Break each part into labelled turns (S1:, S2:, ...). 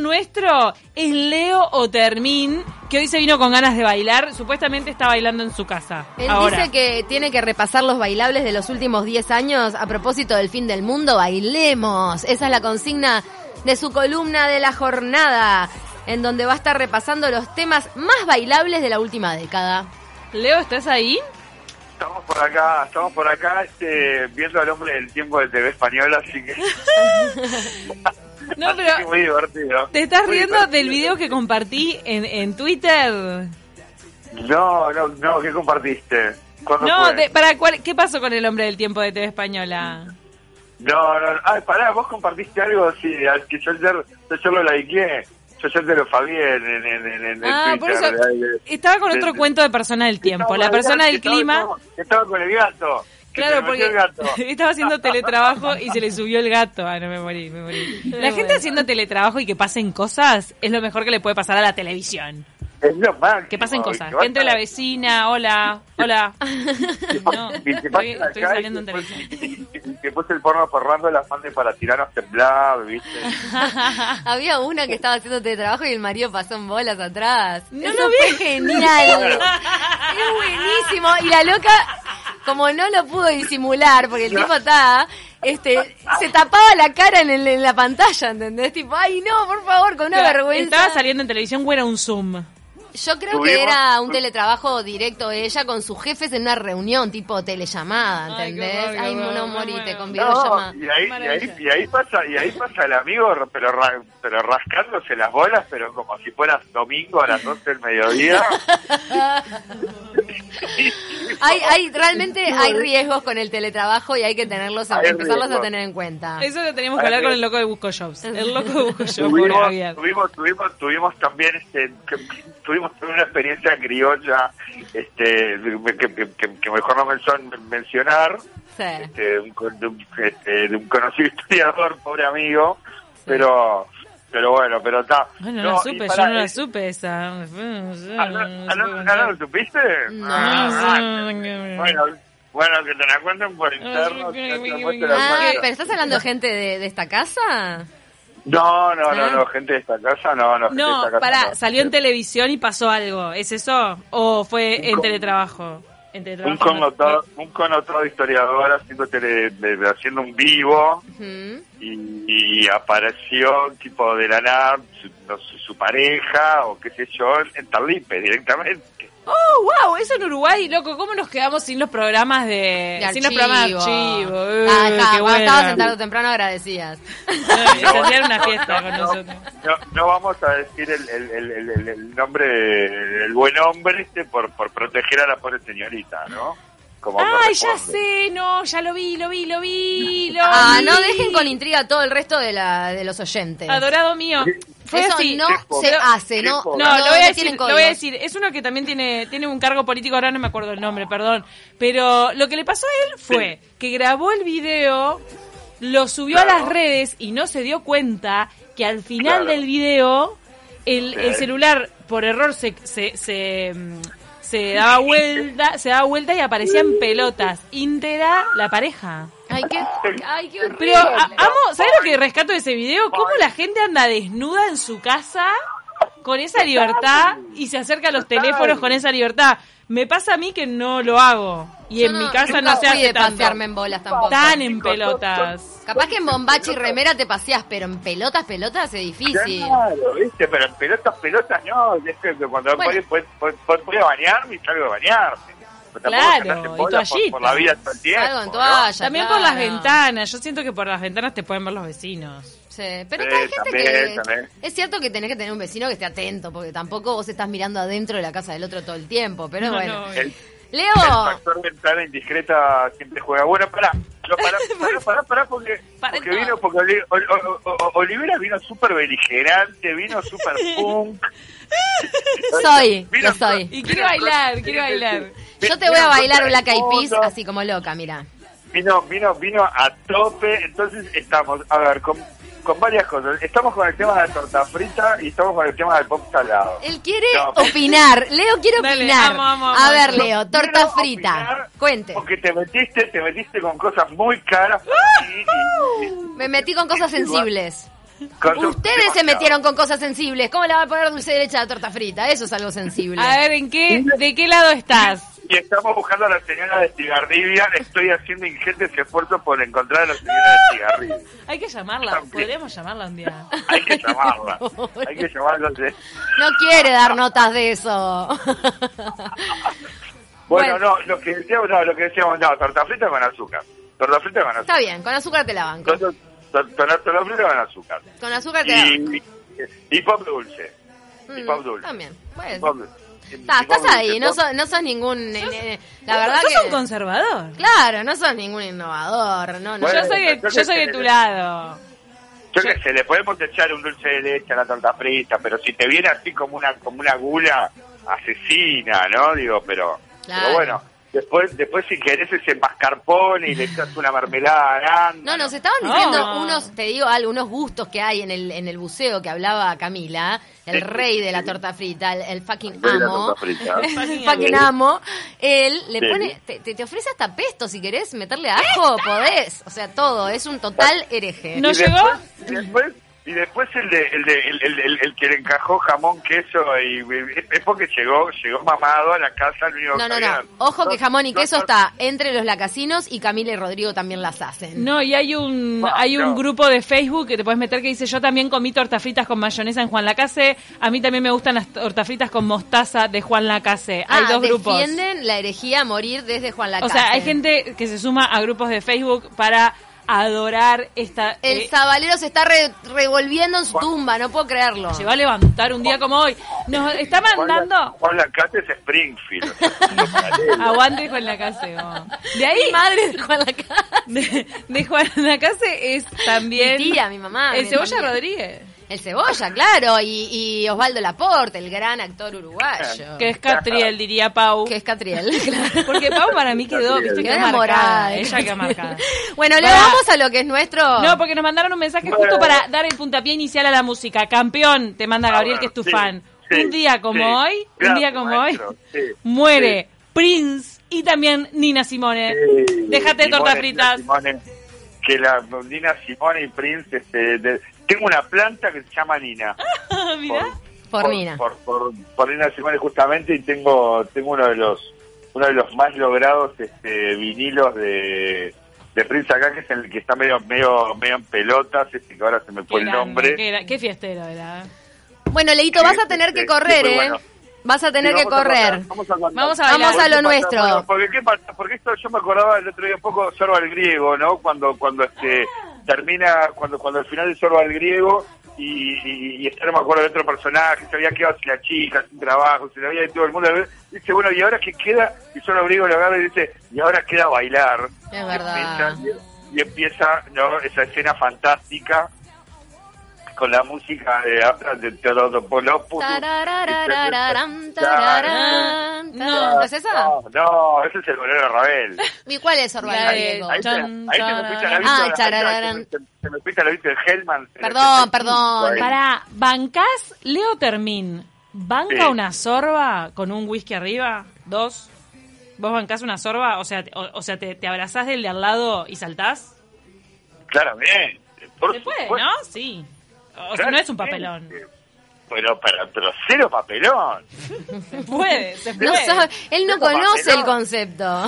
S1: nuestro es Leo Otermin, que hoy se vino con ganas de bailar. Supuestamente está bailando en su casa.
S2: Él
S1: ahora.
S2: dice que tiene que repasar los bailables de los últimos 10 años a propósito del fin del mundo. Bailemos. Esa es la consigna de su columna de la jornada, en donde va a estar repasando los temas más bailables de la última década.
S1: Leo, ¿estás ahí?
S3: Estamos por acá, estamos por acá este, viendo al hombre del tiempo de TV española, así que...
S1: No,
S3: así
S1: pero-
S3: que muy divertido.
S1: ¿Te estás
S3: Muy
S1: riendo del
S3: divertido.
S1: video que compartí en, en Twitter?
S3: No, no, no, ¿qué compartiste? ¿Cuándo
S1: No,
S3: fue?
S1: de- para cuál- ¿qué pasó con el hombre del tiempo de TV Española?
S3: No, no, no. Ay, pará, vos compartiste algo así, al que yo ayer, yo ayer lo likeé. Yo ayer te lo fabié en, en, en, en, en
S1: Ah,
S3: Twitter.
S1: por eso
S3: de- de-
S1: estaba con otro
S3: de-
S1: cuento de persona del tiempo. La persona del
S3: Estaba-
S1: clima...
S3: estaba- Estaba con el gato. que se
S1: Claro,
S3: me
S1: porque
S3: metió el gato.
S1: estaba haciendo teletrabajo y se le subió el gato. Ah, no me morí, me morí. La gente haciendo teletrabajo y que pasen cosas es lo mejor que le puede pasar a la televisión.
S3: Es lo máximo,
S1: Que pasen cosas.
S3: basta.
S1: Que entre la vecina, hola, hola. No,
S3: Y te pasa
S1: estoy,
S3: la
S1: estoy
S3: calle
S1: saliendo en
S3: y después-
S1: televisión.
S3: y- y Te puse el porno forrando la fan de para tirarnos temblar, ¿viste?
S2: Había una que estaba haciendo teletrabajo y el marido pasó en bolas atrás.
S1: No
S2: Eso
S1: lo vi.
S2: fue genial. es buenísimo. Y la loca, como no lo pudo disimular, porque el tipo estaba, este, se tapaba la cara en, el- en la pantalla, ¿entendés? Tipo, ay no, por favor, con una
S1: Claro,
S2: vergüenza.
S1: Estaba saliendo en televisión o era un Zoom.
S2: Yo creo
S3: Tuvimos-
S2: que era un teletrabajo directo de ella con sus jefes en una reunión, tipo
S1: Ay,
S2: telellamada,
S1: qué
S2: ¿entendés?
S1: horror, qué
S2: Ay,
S1: horror,
S2: no
S1: me
S2: morite
S1: muero.
S2: con videollamada.
S3: No, y ahí, y, ahí,
S1: Maravilla.
S3: y ahí pasa y ahí pasa el amigo pero ra- pero rascándose las bolas pero como si fuera domingo a las 12 del mediodía
S2: Hay, hay, realmente hay riesgos con el teletrabajo y hay que tenerlos, a-
S3: eh. Hay
S2: empezarlos a
S3: riesgos.
S2: tener en cuenta.
S1: Eso lo teníamos que hablar con el loco de Busco Jobs. El loco de Busco Jobs, pobre
S3: tuvimos,
S1: Javier.
S3: tuvimos tuvimos tuvimos también este que- tuvimos una experiencia criolla este que, que- que- que mejor no men- mencionar
S2: Sí.
S3: este, de, un, con- de un- este, de un conocido historiador pobre amigo pero pero bueno pero está
S1: Ay, no, la supe, yo
S3: eh,
S1: no la supe esa.
S3: ¿Ah, no, ah, no, ah, no lo supiste?
S2: No.
S3: Ah,
S1: No, no, no.
S3: bueno, bueno, que te la cuenten por interno.
S1: Ah, sí,
S3: ya te la
S1: sí,
S3: cuento
S1: sí,
S3: la
S1: sí.
S2: Ah,
S3: cuento.
S2: pero estás hablando de gente de, de esta casa.
S3: No, no, no, no,
S2: Ah.
S3: gente de esta casa, no, no, gente de
S1: No,
S3: esta casa.
S1: pará,
S3: no.
S1: salió en televisión y pasó algo. ¿Es eso? ¿O fue en
S3: con-
S1: teletrabajo? En
S3: Un
S1: teletrabajo. no-
S3: connotado, un connotado historiador haciendo, tele- de- de- haciendo un vivo
S1: Eh,
S2: Ujú.
S3: y, y apareció tipo de la nada su, no sé, su pareja o qué sé yo en Tarlipe directamente.
S1: Oh, wow, eso en Uruguay, loco. ¿Cómo nos quedamos sin los programas de.
S2: De
S1: sin los programas de archivo.
S2: archivo.
S1: Eh,
S2: Ah, ja,
S1: qué
S2: cuando estabas
S1: buena.
S2: en tarde o temprano agradecías.
S1: Eh, se hacían una fiesta con nosotros.
S3: No, no vamos a decir el, el, el, el- el- el nombre, de- el buen hombre este por, por proteger a la pobre señorita, ¿no? Como
S1: Ay, ya
S3: corresponde.
S1: sé, no, ya lo vi, lo vi, lo vi. Lo
S2: Ah,
S1: vi.
S2: no dejen con intriga todo el resto de, la, de los oyentes.
S1: Adorado mío. Fue
S2: Eso
S1: así.
S2: no
S3: Qué
S2: se
S3: pobre.
S2: hace, no.
S3: Qué pobre.
S1: No, lo voy,
S2: no
S1: a decir,
S2: tienen
S1: lo voy a
S2: códigos.
S1: decir. Es uno que también tiene, tiene un cargo político, ahora no me acuerdo el nombre, perdón. Pero lo que le pasó a él fue que grabó el video, lo subió a
S3: Claro.
S1: las redes y no se dio cuenta que al final
S3: Claro.
S1: del video el,
S3: Sí.
S1: el celular por error se, se, se, mm, se daba vuelta, se daba vuelta y aparecían pelotas. Íntera la pareja.
S2: Ay, qué, ay, qué horrible.
S1: Pero, a- amo, ¿sabes lo que rescato de ese video? Cómo la gente anda desnuda en su casa con esa libertad y se acerca a los teléfonos con esa libertad. Me pasa a mí que no lo hago. Y
S2: Yo
S1: en mi casa no
S2: nunca
S1: se
S2: fui
S1: hace
S2: de
S1: tanto.
S2: pasearme en bolas tampoco.
S1: Tan en pelotas.
S2: Capaz que en bombachi y remera te paseas, pero en pelotas, pelotas es difícil.
S3: Claro, ¿viste? Pero en pelotas, pelotas no. Es que cuando
S2: Bueno.
S3: voy, voy- voy- voy- voy a bañarme y salgo a bañarme. Pero tampoco
S1: Claro,
S3: andás en
S1: y
S3: bolas por, por la
S1: toallitas.
S3: vida todo el tiempo.
S2: Salgo en
S3: ¿no?
S2: toalla.
S1: También por las
S2: claro.
S1: ventanas. Yo siento que por las ventanas te pueden ver los vecinos.
S2: Sí, pero
S3: Sí,
S2: hay gente que.
S3: también, también.
S2: Es cierto que tenés que tener un vecino que esté atento, porque tampoco vos estás mirando adentro de la casa del otro todo el tiempo, pero
S1: No,
S2: bueno.
S1: no,
S3: El-
S2: Leo,
S3: El factor ventana indiscreta siempre juega. Bueno, pará. Yo pará, pará, pará, pará, porque,
S1: Pará
S3: porque
S1: todo.
S3: vino, porque Oli- Ol- Ol- Ol- Olivera vino súper beligerante, vino súper punk.
S2: soy,
S3: Vino
S2: lo soy.
S1: Y quiero bailar, quiero bailar.
S2: Yo te voy a bailar
S3: la
S2: Black Eyed Peas así como loca, mira.
S3: Vino, vino, vino a tope, entonces estamos, a ver, con, con varias cosas. Estamos con el tema de la torta frita y estamos con el tema del pop salado.
S2: Él quiere
S3: No, pero-
S2: opinar, Leo quiere
S1: Dale,
S2: opinar.
S1: amo, amo,
S2: a
S1: amo.
S2: ver, Leo, torta
S3: Quiero
S2: frita,
S3: opinar
S2: cuente.
S3: Porque te metiste, te metiste con cosas muy caras para mí y- y-
S2: Me metí con cosas sensibles.
S3: Con su-
S2: Ustedes se metieron con cosas sensibles. ¿Cómo le va a poner dulce de leche a la torta frita? Eso es algo sensible.
S1: A ver, ¿en qué, ¿de qué lado estás?
S3: Y estamos buscando a la señora de Estigarribia. Estoy haciendo ingentes esfuerzos por encontrar a la señora de Estigarribia.
S1: Hay que llamarla, podríamos llamarla un día.
S3: Hay que llamarla. Hay que llamarla. de-
S2: No quiere dar notas de eso.
S3: Bueno, no, lo que decíamos, no, lo que decíamos, no, torta frita con azúcar. Torta frita con azúcar.
S2: Está bien, con azúcar te la banco.
S3: Torta, tor- tor- torta frita con azúcar.
S2: Con azúcar te la banco.
S3: Y, y pop dulce. Y
S2: Mm,
S3: pop dulce.
S2: También.
S3: Y
S2: Bueno.
S3: pop dulce.
S2: Está,
S3: Y pop
S2: estás
S3: dulce,
S2: ahí, no
S3: pop-
S2: sos, no sos ningún... eh, eh, la verdad
S1: ¿Sos
S2: que...
S1: un conservador?
S2: Claro, no sos ningún innovador. No, no.
S3: Bueno,
S1: yo soy, de- yo
S3: yo que
S1: soy de
S3: sé.
S1: tu lado.
S3: Yo qué sé, le podemos echar un dulce de leche a la torta frita, pero si te viene así como una como una gula asesina, ¿no? Digo, pero,
S2: Claro.
S3: pero bueno, después después si querés ese mascarpone y le echas una mermelada grande.
S2: No, nos estaban
S1: No.
S2: diciendo unos, te digo algo, unos gustos que hay en el, en el buceo que hablaba Camila, el
S3: Sí.
S2: rey de la torta frita, el, el fucking
S3: De la
S2: amo.
S3: torta frita.
S2: El fucking amo. Él le
S3: Sí.
S2: pone, te, te- te ofrece hasta pesto si querés meterle ajo, podés. O sea, todo, es un total hereje.
S1: No
S3: Y
S1: llegó.
S3: después- y después y después el de, el, de- el, el- el- el que le encajó jamón, queso y es- es porque llegó llegó mamado a la casa el único
S2: No, no,
S3: que
S2: no.
S3: había-
S2: Ojo que
S3: Dos-
S2: jamón y
S3: dos
S2: queso
S3: tor-
S2: está entre los lacasinos y Camila y Rodrigo también las hacen.
S1: No, y hay un
S3: Bueno,
S1: hay un
S3: no.
S1: grupo de Facebook que te puedes meter que dice yo también comí tortas fritas con mayonesa en Juan Lacase, a mí también me gustan las tortas fritas con mostaza de Juan Lacase. Hay
S2: Ah,
S1: dos grupos.
S2: Defienden la herejía a morir desde
S1: O
S2: Juan Lacase.
S1: sea, hay gente que se suma a grupos de Facebook para adorar esta
S2: El
S1: eh,
S2: sabalero se está re- revolviendo en su tumba, no puedo creerlo.
S1: se va a levantar un día como hoy. Nos está
S3: Juan la-
S1: mandando
S3: Juan Lacase es Springfield. o sea, es un paralelo.
S1: aguante Juan Lacase. vos. De ahí
S2: Mi madre de Juan Lacase.
S1: de, de Juan Lacase es también
S2: Mi tía, mi mamá,
S1: El
S2: mi
S1: Cebolla
S2: familia.
S1: Rodríguez.
S2: El cebolla, claro, y, y Osvaldo Laporte, el gran actor uruguayo.
S1: Que es Catriel, diría Pau.
S2: Que es Catriel, claro.
S1: Porque Pau para mí quedó,
S3: Catriel.
S1: viste,
S2: Quedó
S1: quedó
S2: enamorada
S1: marcada.
S2: eh. de
S1: Ella quedó
S2: Catriel.
S1: marcada.
S2: Bueno, le
S1: Para-
S2: vamos a lo que es nuestro.
S1: No, porque nos mandaron un mensaje justo
S3: Bueno.
S1: para dar el puntapié inicial a la música. Campeón, te manda
S3: Ah,
S1: Gabriel,
S3: bueno,
S1: que es tu
S3: sí,
S1: fan.
S3: sí,
S1: un día como
S3: sí.
S1: hoy, un
S3: Gracias,
S1: día como
S3: maestro,
S1: hoy,
S3: sí,
S1: muere Prince y también Nina Simone.
S3: Sí,
S1: Déjate de tortas
S3: Simone,
S1: fritas.
S3: Nina Simone, que la Nina Simone y Prince, este, de- tengo una planta que se llama Nina.
S1: Ah, Mirá.
S2: Por Nina.
S3: Por, por- por Nina Simone justamente y tengo, tengo uno de los uno de los más logrados este, vinilos de, de Prince acá que es el que está medio medio medio en pelotas este que ahora se me
S1: Qué,
S3: fue el
S1: grande,
S3: nombre
S1: qué gra- qué fiestero era. eh.
S2: Bueno, Leito,
S3: Sí,
S2: vas a
S3: sí,
S2: tener que
S3: sí,
S2: correr,
S3: sí, muy
S2: ¿eh?
S3: bueno.
S2: Vas a tener
S3: Sí,
S2: que
S3: vamos a
S2: correr.
S3: contar, vamos a contar.
S1: Vamos a bailar.
S2: Vamos a lo
S3: Porque pasa-
S2: nuestro.
S3: Porque, ¿qué pasa? Porque esto yo me acordaba el otro día un poco de Sorba al Griego, ¿no? Cuando cuando este termina, cuando cuando al final de Sorba al Griego y, y, y está, no me acuerdo de otro personaje, se había quedado sin la chica, sin trabajo, se le había ido todo el mundo. Dice, bueno, ¿y ahora qué queda? Y Sorba al Griego lo agarra y dice, y ahora queda bailar.
S2: Es
S3: Y
S2: verdad.
S3: empieza- Y, empieza ¿no? esa escena fantástica con la música de Afra de Teodopolopoulos.
S2: Tararararararam,
S1: tararán.
S2: tararán, tararán. ¿No es esa?
S3: No, no, ese es el bolero de Ravel.
S2: ¿Y cuál es Orval
S1: La de-
S2: Griego?
S3: Ahí se, ahí se
S1: Chan,
S3: me fuiste la
S2: Ah,
S3: vista.
S2: chararán.
S3: Se, se me fuiste la vista de Hellman.
S2: Ah, Perdón, perdón.
S3: Ahí.
S1: Para, ¿bancás Leo Termín? ¿Banca
S3: Sí.
S1: una sorba con un whisky arriba? ¿Dos? ¿Vos bancás una sorba? O sea, te- o, o sea te, te abrazás del de al lado y saltás.
S3: Claramente. Por
S1: Se puede,
S3: supuesto.
S1: ¿no? Sí. O sea, no es un papelón.
S3: Pero, pero, pero cero papelón.
S1: Se puede, se puede.
S2: No sabe- él no
S3: Como
S2: conoce el
S3: papelón.
S2: concepto.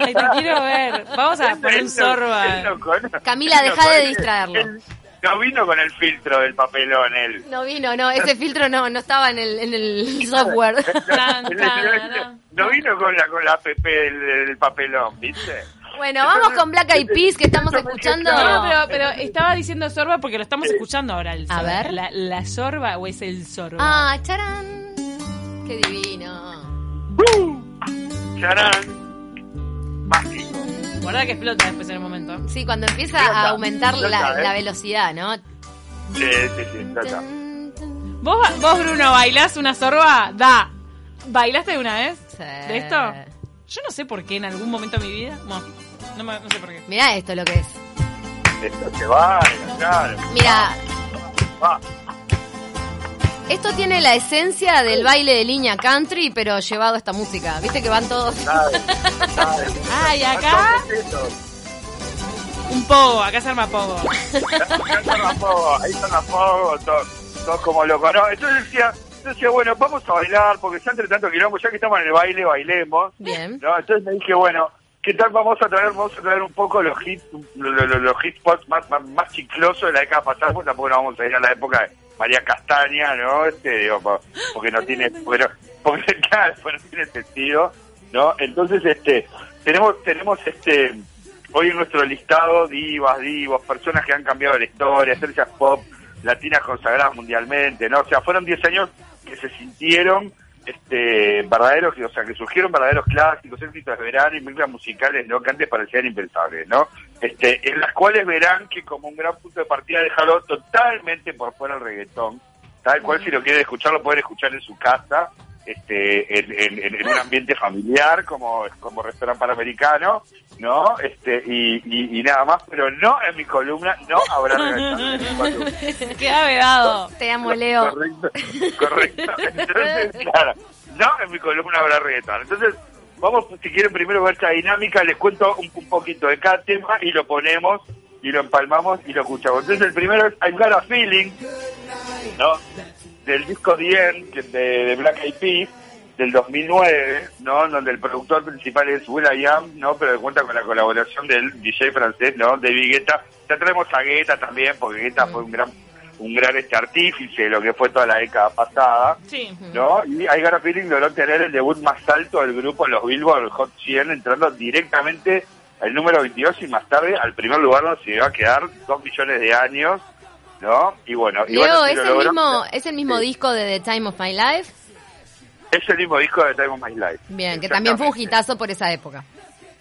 S1: Ay, te quiero ver. Vamos a poner un
S3: Él no- él
S1: sorba.
S3: no conoce-
S2: Camila,
S3: él no
S2: deja de
S3: conoce-
S2: distraerlo.
S3: él No vino con el filtro del papelón, él.
S2: No vino, no, ese filtro no, no estaba en el, en el software.
S1: Tan,
S3: Él
S1: tan,
S3: no- No vino con la, con la app del, del papelón, ¿viste?
S2: Bueno, vamos con Black Eyed Peas que estamos escuchando.
S1: No, pero, pero estaba diciendo sorba porque lo estamos escuchando ahora. El
S2: A
S1: sorba.
S2: ver.
S1: La, la sorba o es el sorba.
S2: Ah, charán. Qué divino.
S3: Charán. Mágico.
S1: Guarda que explota después en el momento.
S2: Sí, cuando empieza
S3: Explota,
S2: a aumentar la,
S3: explota, ¿eh?
S2: la velocidad, ¿no?
S3: Sí, sí, sí, ya está.
S2: Tan, tan.
S1: ¿Vos, ba- vos, Bruno, bailás una sorba? Da. ¿Bailaste una vez?
S2: Sí.
S1: ¿De esto? Yo no sé por qué en algún momento de mi vida. Bueno, no, me- no sé por qué.
S2: Mirá esto lo que es.
S3: Esto se baila, claro. Ah.
S2: Mira,
S3: Va.
S2: esto tiene la esencia del baile de línea country, pero llevado a esta música. Viste que van todos.
S3: Dale, dale.
S1: Ay, acá.
S3: Son pesos.
S1: Un pogo, acá se arma pogo.
S3: Ahí están los pogos, ahí están los pogos, todos, todos como locos. No, entonces decía, yo decía, bueno, vamos a bailar, porque ya entre tanto quilombo, ya que estamos en el baile, bailemos.
S2: Bien.
S3: No, entonces me dije, bueno, ¿qué tal vamos a traer, vamos a traer un poco los hits, los, los, los hit spots más, más, más chiclosos de la década pasada, porque tampoco nos vamos a ir a la época de María Castaña, ¿no? Este, digo, po- porque no tiene, bueno, porque claro, pues no tiene sentido, ¿no? Entonces, este, tenemos, tenemos este, hoy en nuestro listado divas, divos, personas que han cambiado la historia, estrellas pop, latinas consagradas mundialmente, ¿no? O sea, fueron 10 años que se sintieron este verdaderos, o sea, que surgieron verdaderos clásicos, éxitos de verano y mezclas musicales, ¿no? Que antes parecían impensables, ¿no? Este, en las cuales verán que como un gran punto de partida dejaron totalmente por fuera el reggaetón, tal cual si lo quieren escuchar lo pueden escuchar en su casa, este, en, en- en- en un ambiente familiar como, como restaurante panamericano, ¿no? Este, y, y- y nada más, pero no en mi columna, no habrá reggaetón en mi columna.
S1: Queda vedado.
S2: Te amo, Leo.
S3: Correcto, correcto. Entonces, claro, no en mi columna habrá reggaetón. Entonces, vamos, si quieren primero ver esta dinámica, les cuento un, un poquito de cada tema y lo ponemos y lo empalmamos y lo escuchamos. Entonces, el primero es I've Got a Feeling, ¿no? Del disco The End, que es de, de Black Eyed Peas del 2009, ¿no? Donde el productor principal es Will.i.am, ¿no? Pero cuenta con la colaboración del DJ francés, ¿no? David Guetta. Ya traemos a Guetta también, porque
S2: Mm.
S3: Guetta fue un gran un gran este artífice de lo que fue toda la década pasada,
S1: Sí.
S2: Mm.
S3: ¿no? Y I Got a Feeling logró tener el debut más alto del grupo en los Billboard Hot 100, entrando directamente al número 22 y más tarde al primer lugar donde se iba a quedar dos millones de años, ¿no? Y bueno, y bueno,
S2: Leo,
S3: sí
S2: ¿es
S3: lo
S2: el
S3: logró.
S2: mismo, ¿es el mismo
S3: Sí.
S2: disco de The Time of My Life?
S3: Es el mismo disco de Time of My Life.
S2: Bien, que también fue un
S3: Exactamente.
S2: hitazo por esa época.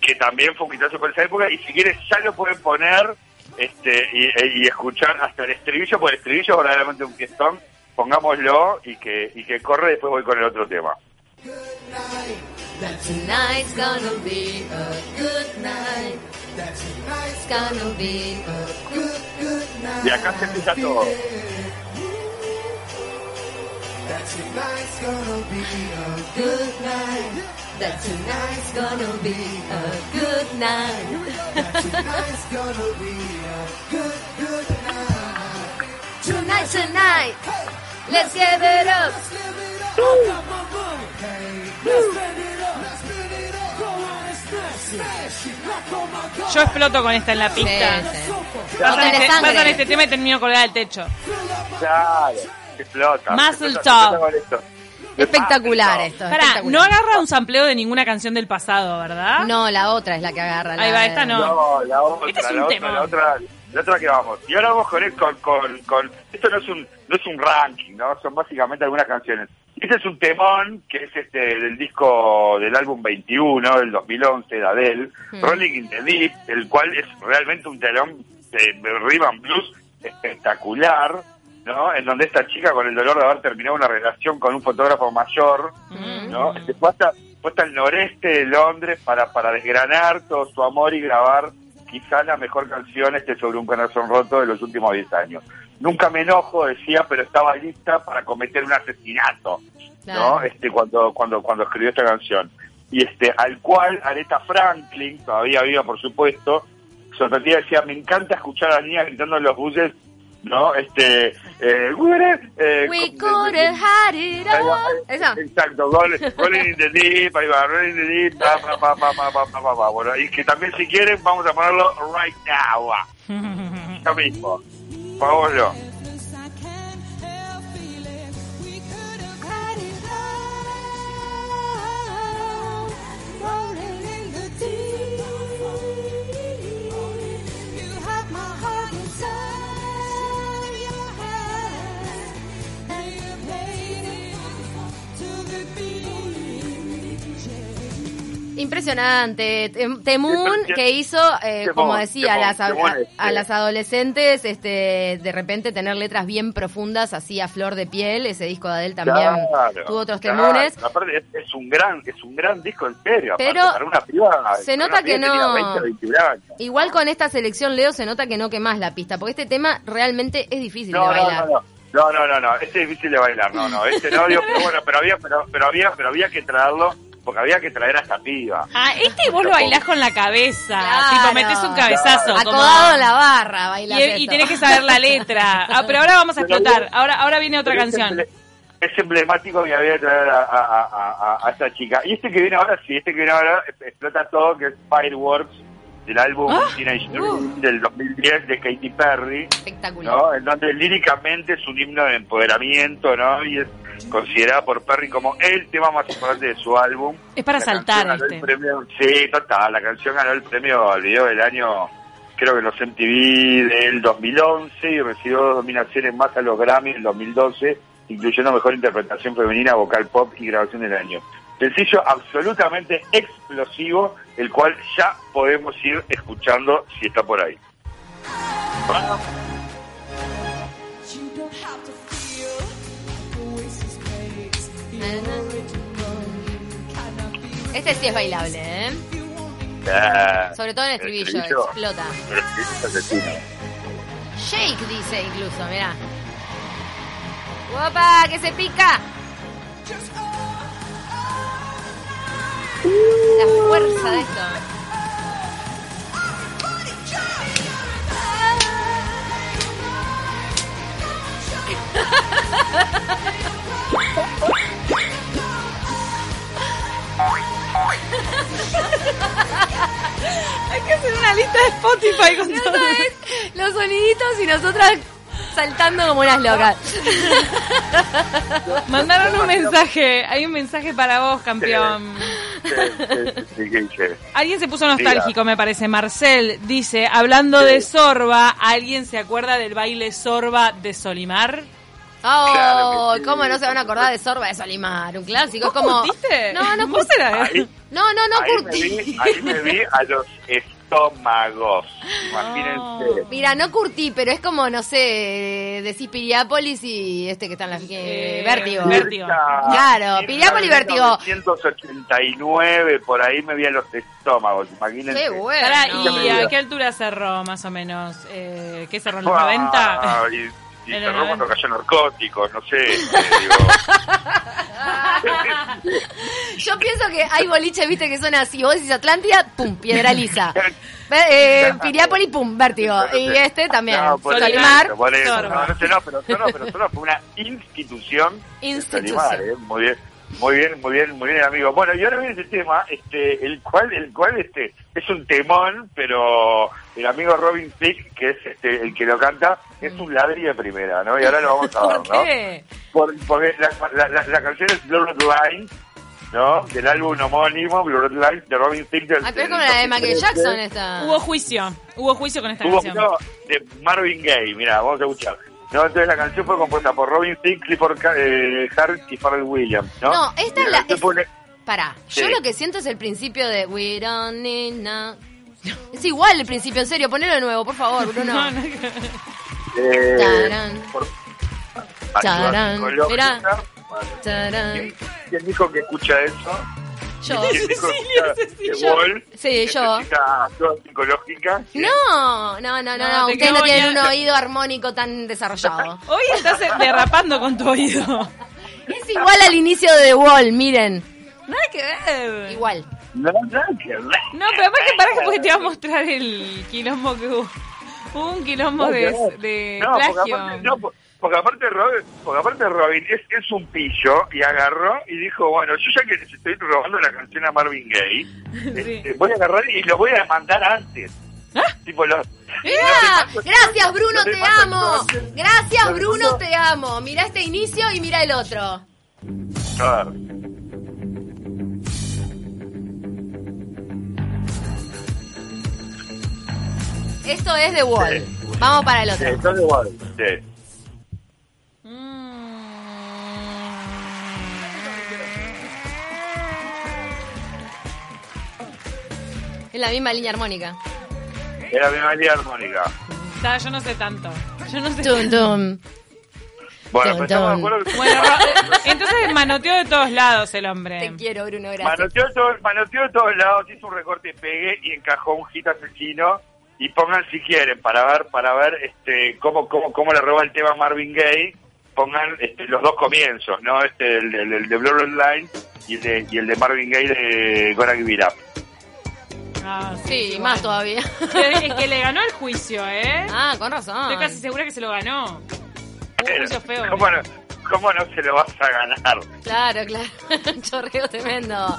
S3: que también fue un hitazo por esa época, y si quieres ya lo pueden poner este y, y escuchar hasta el estribillo, porque el estribillo es verdaderamente un fiestón, pongámoslo y que, y que corre, después voy con el otro tema.
S2: Tonight's gonna be a good night. Tonight's gonna be a good-
S3: Y acá se empieza todo.
S2: good night. That tonight's gonna be a good night. Tonight, tonight. Let's give it up.
S1: Yo exploto con esta en la pista.
S2: Sí, sí.
S1: Pasan,
S2: tenés
S1: este,
S2: sangre.
S1: pasan este tema y termino colgada del techo.
S3: Claro, explota.
S1: Muscle
S3: explota, explota
S1: Top.
S3: con esto. Ah,
S2: Espectacular
S3: Muscle
S2: esto.
S1: Pará, no
S2: espectacular.
S1: agarra un sampleo de ninguna canción del pasado, ¿verdad?
S2: No, la otra es la que agarra. la
S1: Ahí va,
S2: de-
S1: esta no.
S3: Top. No, la otra,
S1: Este es un
S3: la otra,
S1: tema.
S3: la otra, la otra que vamos. Y ahora vamos con, el- con, con, con- esto no es un, no es un ranking, ¿no? Son básicamente algunas canciones. Este es un temón que es este del disco del álbum 21 del 2011 de Adele,
S1: Mm.
S3: Rolling in the Deep, el cual es realmente un telón de, de rhythm and blues espectacular, ¿no? En donde esta chica con el dolor de haber terminado una relación con un fotógrafo mayor,
S1: Mm.
S3: ¿no? Se fue hasta, fue hasta el noreste de Londres para, para desgranar todo su amor y grabar quizá la mejor canción este sobre un corazón roto de los últimos 10 años. Nunca me enojo, decía, pero estaba lista para cometer un asesinato,
S2: Claro.
S3: ¿no? Este, cuando, cuando, cuando escribió esta canción. Y este, al cual Aretha Franklin, todavía viva por supuesto, sorprendida decía, me encanta escuchar a la niña gritando en los buses, ¿no? Este, eh, "We could've, eh,
S2: We
S3: con-
S2: could have had it
S3: Ahí va,
S2: all.
S3: ahí-
S2: Esa.
S3: Exacto, gol- Rolling in the Deep, ahí va, Rolling in the Deep, pa, pa, pa, pa, pa, pa, pa, pa, pa. Bueno, y que también si quieren vamos a ponerlo right now, va. ya mismo, Paolo.
S2: Impresionante. Tem- Temun,
S3: Impresionante.
S2: que hizo, eh,
S3: Temón,
S2: como decía, a
S3: temón,
S2: las, a,
S3: temón,
S2: a-
S3: este.
S2: a las adolescentes, este, de repente tener letras bien profundas, así a flor de piel. Ese disco de Adele también
S3: Claro,
S2: tuvo otros
S3: claro.
S2: temunes.
S3: Aparte es, es un gran, es un gran disco en serio, aparte,
S2: Pero
S3: para una piba.
S2: se
S3: para
S2: nota
S3: una piba
S2: que
S3: tenía
S2: no-
S3: 20, 21 años.
S2: Igual con esta selección, Leo, se nota que no quemás la pista, porque este tema realmente es difícil de
S3: No, no,
S2: bailar.
S3: no, no. No, no, no, no, este es difícil de bailar, no, no, este no, digo, pero bueno, pero había, pero, pero había, pero había que traerlo porque había que traer a esta piba.
S1: Ah, este vos lo bailás con la cabeza. Tipo, metés un cabezazo. como-
S2: Acodado en la barra, bailas
S1: y, y
S2: esto.
S1: tenés que saber la letra. Ah, pero ahora vamos a
S3: Pero
S1: explotar.
S3: bien.
S1: Ahora, ahora viene otra
S3: Pero
S1: canción.
S3: Es, emble- es emblemático que había que traer a, a, a- a- a esta chica. Y este que viene ahora, sí, este que viene ahora eh, explota todo, que es Fireworks, del álbum
S1: Ah,
S3: Teenage
S2: uh.
S3: Dream del 2010 de Katy Perry.
S2: Espectacular.
S3: ¿no? En donde líricamente es un himno de empoderamiento, ¿no? Y es considerada por Perry como el tema más importante de su álbum.
S1: Es para
S3: La
S1: saltar
S3: canción ganó el
S1: este.
S3: premio- sí, total, la canción ganó el premio al video del año, creo que en los MTV del 2011 y recibió dos nominaciones más a los Grammy en 2012, incluyendo Mejor Interpretación Femenina, Vocal Pop y Grabación del Año. Sencillo absolutamente explosivo, el cual ya podemos ir escuchando si está por ahí.
S4: You don't have to feel like Oasis makes the original. You cannot be
S2: Este sí es bailable, ¿eh?
S4: if you only
S3: Ah,
S2: Sobre todo en el estribillo,
S3: estribillo.
S2: explota.
S3: El estribillo es asesino.
S2: Shake dice incluso, mirá. ¡Opa! ¡Que se pica!
S4: just oh,
S2: La fuerza de esto.
S1: Hay que hacer una lista de Spotify con
S2: No sabés los soniditos y nosotras saltando como unas locas.
S1: Mandaron un mensaje. Hay un mensaje para vos, campeón.
S3: Sí, sí, sí, sí, sí.
S1: Alguien se puso nostálgico, me parece. Marcel dice, hablando de Sorba, ¿alguien se acuerda del baile Sorba de Solimar?
S2: Oh,
S3: Claro que sí.
S2: ¿cómo no se van a acordar de Sorba de Solimar? Un clásico, es
S1: ¿Vos
S2: como.
S1: curtiste?
S2: No, no
S1: Oh, ¿Vos
S2: curtí.
S1: era-
S3: Ahí,
S2: No, no, no
S3: ahí, me
S2: curtí.
S3: vi, ahí me vi a los estómagos. Imagínense.
S2: Mira, no curtí, pero es como, no sé, decís Piriápolis y este que está en la. que-
S1: Eh,
S2: vértigo.
S1: Vértigo.
S2: Claro, Piriápolis y Vértigo.
S3: 189, por ahí me vi a los estómagos, imagínense.
S2: Qué bueno.
S1: Pará, ¿y
S3: no.
S1: a qué altura cerró más o menos? Eh, ¿Qué cerró en los 90?
S3: Ah, Y, y
S1: En el
S3: cerró cuando
S1: 90.
S3: cayó narcóticos, no sé. eh, digo.
S2: Yo pienso que hay boliches, viste, que son así. Vos decís Atlántida, pum, piedra lisa. Ve- eh, Piriápolis, pum, vértigo. Y este también.
S3: No, por eso,
S2: Solimar,
S3: por eso.
S1: Sorba.
S3: No, no sé, no, pero Sorba, pero Sorba fue una institución. de
S2: Institución.
S3: Solimar, ¿eh? Muy bien, muy bien, muy bien, muy bien, amigo. Bueno, y ahora viene este tema, este, el cual, el cual, este, es un temón, pero el amigo Robin Thicke, que es este, el que lo canta, es un ladrillo de primera, ¿no? Y ahora lo vamos a ver,
S1: ¿Por
S3: ¿no?
S1: qué?
S3: Por- porque la, la, la- la canción es Blurred Lines, ¿no? Del álbum homónimo, Blurred Lines, de Robin Thicke. del-
S2: Ah, pero es
S3: del
S2: como la de Michael
S3: 2013.
S2: Jackson esta.
S1: Hubo juicio, hubo juicio con esta
S3: Hubo
S1: canción.
S3: uno de Marvin Gaye, mira, vamos a escuchar. No, entonces la canción fue compuesta por Robin Thicke, Clifford Ca- eh, Hart y Pharrell Williams, ¿no?
S2: No, esta
S3: Y
S2: es la-
S3: canción
S2: es-
S3: fue una-
S2: Pará, yo
S3: Sí.
S2: lo que siento es el principio de We don't need no. Es igual el principio, en serio, ponelo de nuevo, por favor, Bruno.
S1: No, no, que-
S3: eh,
S2: Tarán.
S3: por- ayuda
S2: Tarán.
S3: psicológica.
S2: Mirá.
S3: Vale.
S2: Tarán.
S3: ¿Quién- ¿Quién dijo que escucha eso?
S2: Yo.
S3: ¿Quién dijo que escucha The
S2: Yo.
S3: Wall?
S2: Sí, yo.
S3: Necesita ayuda psicológica.
S2: No, no,
S1: No,
S2: no, no, no.
S1: te
S2: Ustedes no
S1: quedó
S2: tienen un
S1: bien.
S2: oído armónico tan desarrollado.
S1: Hoy estás derrapando con tu oído.
S2: Es igual al inicio de The Wall, miren.
S1: Nada que ver.
S2: Igual.
S3: No, no, que-
S1: No, pero aparte que pará que porque te iba a mostrar el quilombo que hubo. Hubo un quilombo de, de
S3: Oh, No, porque
S1: plagio.
S3: aparte, no, por- porque aparte Robin, porque aparte Robin es, es un pillo y agarró y dijo, bueno, yo ya que les estoy robando la canción a Marvin Gaye, este, voy a agarrar y lo voy a mandar antes.
S1: ¿Ah?
S3: Tipo, los,
S2: Mirá, gracias Bruno,
S3: no te
S2: te
S3: paso
S2: amo.
S3: entonces.
S2: Gracias
S3: No te
S2: Bruno,
S3: paso.
S2: te amo. Mira este inicio y mira el otro.
S3: a ver.
S2: Esto es The Wall. Vamos para el
S3: Sí,
S2: otro.
S3: entonces, bueno, sí.
S1: Mm.
S2: Es la misma línea armónica.
S3: Era mi María Armónica.
S1: Ta, yo no sé tanto. Yo no sé.
S2: Tum, tum.
S3: Bueno,
S2: Dun,
S3: pues estamos de
S2: dun.
S3: acuerdo que
S1: Bueno, Ro- eh, entonces manoteó de todos lados el hombre.
S2: Te quiero, Bruno, gracias.
S3: manoteó, de todo- manoteó de todos lados, hizo un recorte y pegue y encajó un hit asesino. Y pongan si quieren, para ver, para ver este cómo, cómo, cómo le roba el tema a Marvin Gaye, pongan este, los dos comienzos, ¿no? Este, el, el, el de Blurred Line y el de, y el de Marvin Gaye de Gonna Give It Up.
S1: Ah,
S2: Sí,
S1: igual.
S2: más todavía.
S1: Es que le ganó el juicio, ¿eh?
S2: ah, con razón.
S1: Estoy casi segura que se lo ganó. Un
S3: Pero,
S1: juicio feo.
S3: ¿cómo,
S1: ¿eh?
S3: no, ¿Cómo no se lo vas a ganar?
S2: Claro, claro. Chorreo tremendo.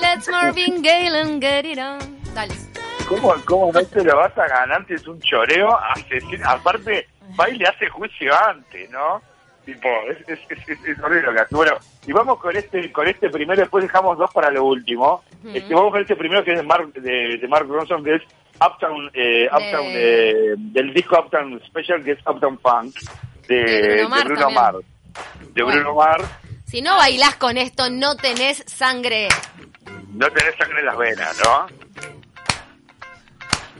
S2: Let's Marvin Gaye and get it on. Dale.
S3: ¿Cómo, ¿Cómo no se lo vas a ganar? Es un choreo asesino. Aparte, va y le hace juicio antes, ¿no? Tipo, es, es, es- es- es horrible lo que hace. Bueno, y vamos con este con este primero, después dejamos dos para lo último. Este, vamos con este primero que es de Mark, de, de Mark Ronson, que es Uptown, eh, Uptown eh, del disco Uptown Special, que es Uptown Funk, de,
S2: De Bruno Mars
S3: de Bruno
S2: también.
S3: Mars. De
S2: Bueno.
S3: Bruno Mars,
S2: Si no bailás con esto, no tenés sangre.
S3: no tenés sangre en las venas, ¿no?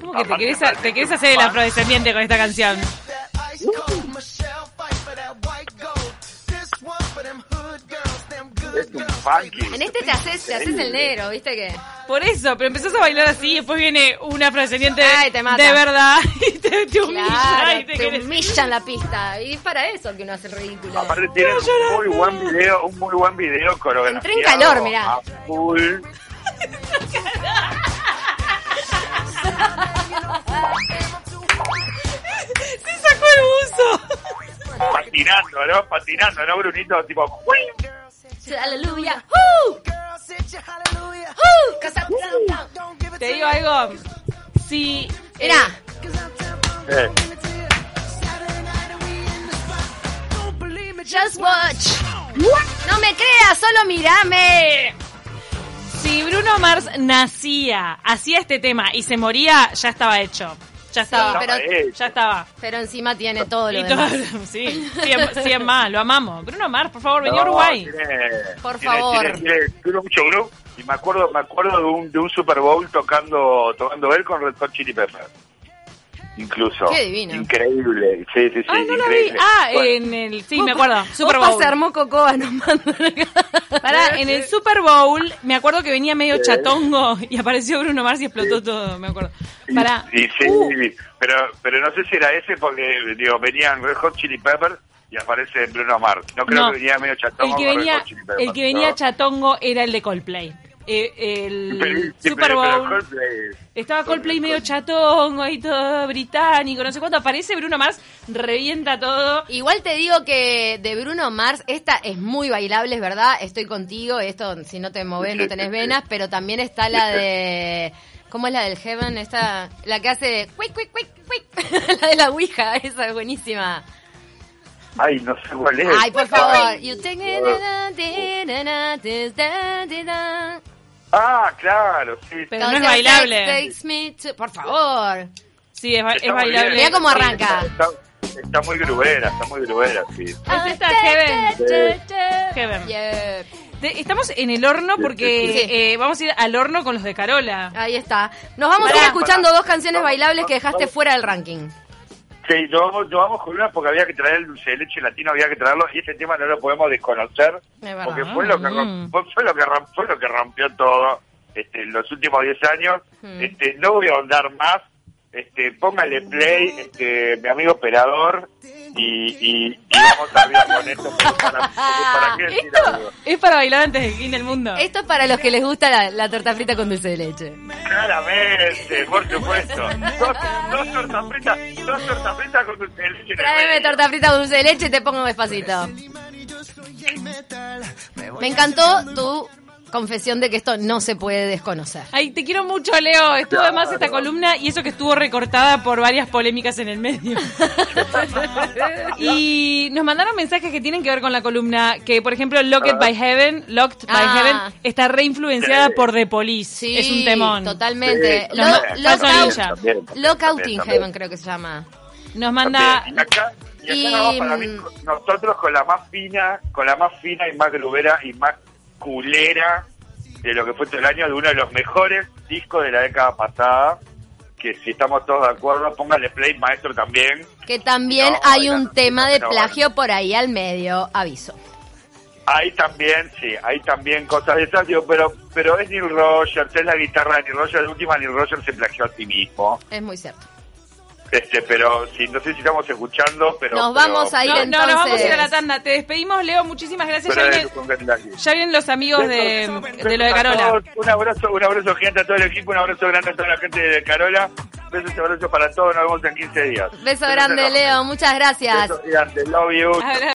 S1: ¿Cómo que te querés, a- te querés hacer el afrodescendiente con esta canción?
S4: That ice cold Michelle fight for that white gold. This one for them hood girls, them
S3: Es
S4: good
S3: un
S4: girls.
S3: funky.
S2: En este te haces, te haces el negro, ¿viste que?
S1: Por eso, pero empezás a bailar así y después viene un afrodescendiente
S2: Ay, te mata.
S1: de verdad y te, te humilla
S2: Claro,
S1: y te,
S2: te
S1: querés-
S2: humillan la pista. Y es para eso que uno hace el ridículo.
S3: Aparte tienen un muy buen video, un muy buen video coreografiado.
S2: Entré en calor, mirá.
S3: A full.
S1: ¡Se sacó el buzo!
S3: Patinando, ¿no? Patinando, ¿no, Brunito? Tipo, ¡uy!
S2: Aleluya. ¡Uh!
S4: Girls, hit your hallelujah.
S2: ¡Uh! Cause I'm down, down.
S4: Don't give it
S1: Te
S4: to
S1: digo algo. Si.
S2: Mirá,
S4: Cause I'm down, down,
S3: Eh.
S4: don't give it to you. Saturday night and we in the spot. Don't believe me,
S2: just watch. No me creas, solo mirame.
S1: Si Bruno Mars nacía, hacía este tema y se moría, ya estaba hecho. Ya estaba.
S2: pero-
S3: eh,
S1: Ya estaba.
S2: Pero encima tiene todo lo
S1: Y todo-
S2: demás.
S1: sí, 100, más, lo amamos. Bruno Mars, por favor, vení a
S3: no,
S1: Uruguay.
S3: tiene-
S2: Por
S3: tiene-
S2: favor.
S3: Tiene, tiene- tiene mucho grupo. Y me acuerdo, me acuerdo de un, de un Super Bowl tocando, tocando él con Red Hot Chili Peppers. Incluso.
S2: Qué divino.
S3: Increíble. Sí, sí, sí.
S1: Ah, no la vi.
S3: increíble.
S1: Ah,
S3: Bueno,
S2: eh,
S1: en el. Sí, me acuerdo. Super
S2: Opa,
S1: Bowl.
S2: se armó Cocoa, nos mandan acá.
S1: Pará, en el Super Bowl, me acuerdo que venía medio chatongo y apareció Bruno Mars y explotó todo, me acuerdo.
S3: y-
S1: Pará.
S3: y sí,
S1: Uh,
S3: pero, pero no sé si era ese porque, digo, venían Red Hot Chili Peppers y aparece Bruno Mars. No creo
S1: no.
S3: que venía medio chatón.
S1: El que
S3: con Red
S1: venía,
S3: Hot Chili Peppers,
S1: el que venía
S3: ¿no?
S1: chatongo era el de Coldplay. Eh, el
S3: Pero- sí,
S1: Super
S3: pero-
S1: Bowl.
S3: pero Coldplay-
S1: Estaba Coldplay medio chatongo y todo británico, no sé cuánto. Aparece Bruno Mars, revienta todo.
S2: Igual te digo que de Bruno Mars, esta es muy bailable, es verdad. Estoy contigo, esto si no te moves no tenés venas, pero también está la de. ¿Cómo es la del Heaven? Esta, la que hace. quick, quick, quick, quick. la de la Ouija, esa es buenísima.
S3: Ay, no sé cuál es.
S2: Ay, por favor. You take it,
S3: Bueno.
S2: da, di, da, da, dis, da, di, da.
S3: Ah, claro, sí.
S1: Pero no es
S2: Don't
S1: bailable.
S2: takes me to- Por favor.
S1: Sí, es, ba-
S3: Está
S1: es
S3: muy
S1: bailable.
S3: bien.
S2: Mirá cómo arranca.
S3: Está, está muy grubera, está muy grubera, sí.
S2: Ah,
S1: Es esta, Heaven. Heaven.
S2: Yeah.
S1: Te- Estamos en el horno
S2: Sí,
S1: porque
S2: sí, sí.
S1: eh, vamos a ir al horno con los de Carola.
S2: Ahí está. Nos vamos a ir
S1: Pará.
S2: escuchando dos canciones
S3: Vamos,
S2: bailables que
S3: vamos,
S2: dejaste
S3: vamos.
S2: fuera del ranking.
S3: Sí, nos vamos, nos vamos con una porque había que traer el dulce de leche latino, había que traerlo y este tema no lo podemos desconocer
S2: verdad.
S3: porque fue lo que
S1: Mm.
S3: romp- fue, fue lo que romp- fue lo que rompió todo este, en los últimos 10 años. Este, no voy a ahondar más. Este, póngale play, este, mi amigo operador y, y, y vamos a hablar con esto porque para, porque para qué decir algo.
S1: Esto es para bailar antes del fin del mundo.
S2: Esto es para los que les gusta la, la torta frita con dulce de leche.
S3: Claramente, por supuesto. Dos, dos tortas fritas, dos tortas fritas con dulce de leche. en el
S2: Tráeme
S3: medio.
S2: torta frita con dulce de leche y te pongo despacito. Me encantó tu confesión de que esto no se puede desconocer.
S1: Ay, te quiero mucho, Leo. Estuvo
S3: Claro.
S1: además esta columna y eso que estuvo recortada por varias polémicas en el medio. y nos mandaron mensajes que tienen que ver con la columna, que por ejemplo, Locked by Heaven, Locked
S2: Ah.
S1: by Heaven, está reinfluenciada
S3: Sí.
S1: por The Police.
S2: Sí,
S1: es un temón.
S2: Totalmente.
S3: Sí,
S2: Lo-
S3: también,
S2: lockout-
S1: también,
S3: también,
S2: Lockout in
S3: también,
S2: Heaven
S3: también.
S2: creo que se llama.
S1: Nos manda...
S3: Y acá,
S2: Y-
S3: y acá
S2: mm,
S3: nos vamos para mí, con- nosotros con la más fina, con la más fina y más grubera y más culera de lo que fue todo el año de uno de los mejores discos de la década pasada. Que si estamos todos de acuerdo, póngale play, maestro, también.
S2: Que también
S3: No,
S2: hay
S3: era-
S2: un tema de
S3: era
S2: plagio por ahí al medio, aviso.
S3: Hay también, sí, hay también cosas de esas, digo, pero, pero es Neil Rogers, es la guitarra de Neil Rogers, la última Neil Rogers se plagió a sí mismo.
S2: Es muy cierto.
S3: Este, pero si, no sé si estamos escuchando, pero...
S2: Nos
S3: pero-
S2: vamos a ir
S1: No, no, nos vamos a ir a la
S2: entonces.
S1: tanda. Te despedimos, Leo. Muchísimas gracias. Ya
S3: pero
S1: vienen,
S3: con Kentucky.
S1: ya vienen los amigos de, de lo de
S3: A
S1: Carola.
S3: todos, Un abrazo, un abrazo gigante a todo el equipo, un abrazo grande a toda la gente de Carola. Besos y abrazos para todos, nos vemos en 15 días.
S2: Beso grande, Leo. Muchas gracias.
S3: Besos gigantes, love you.
S1: Abra-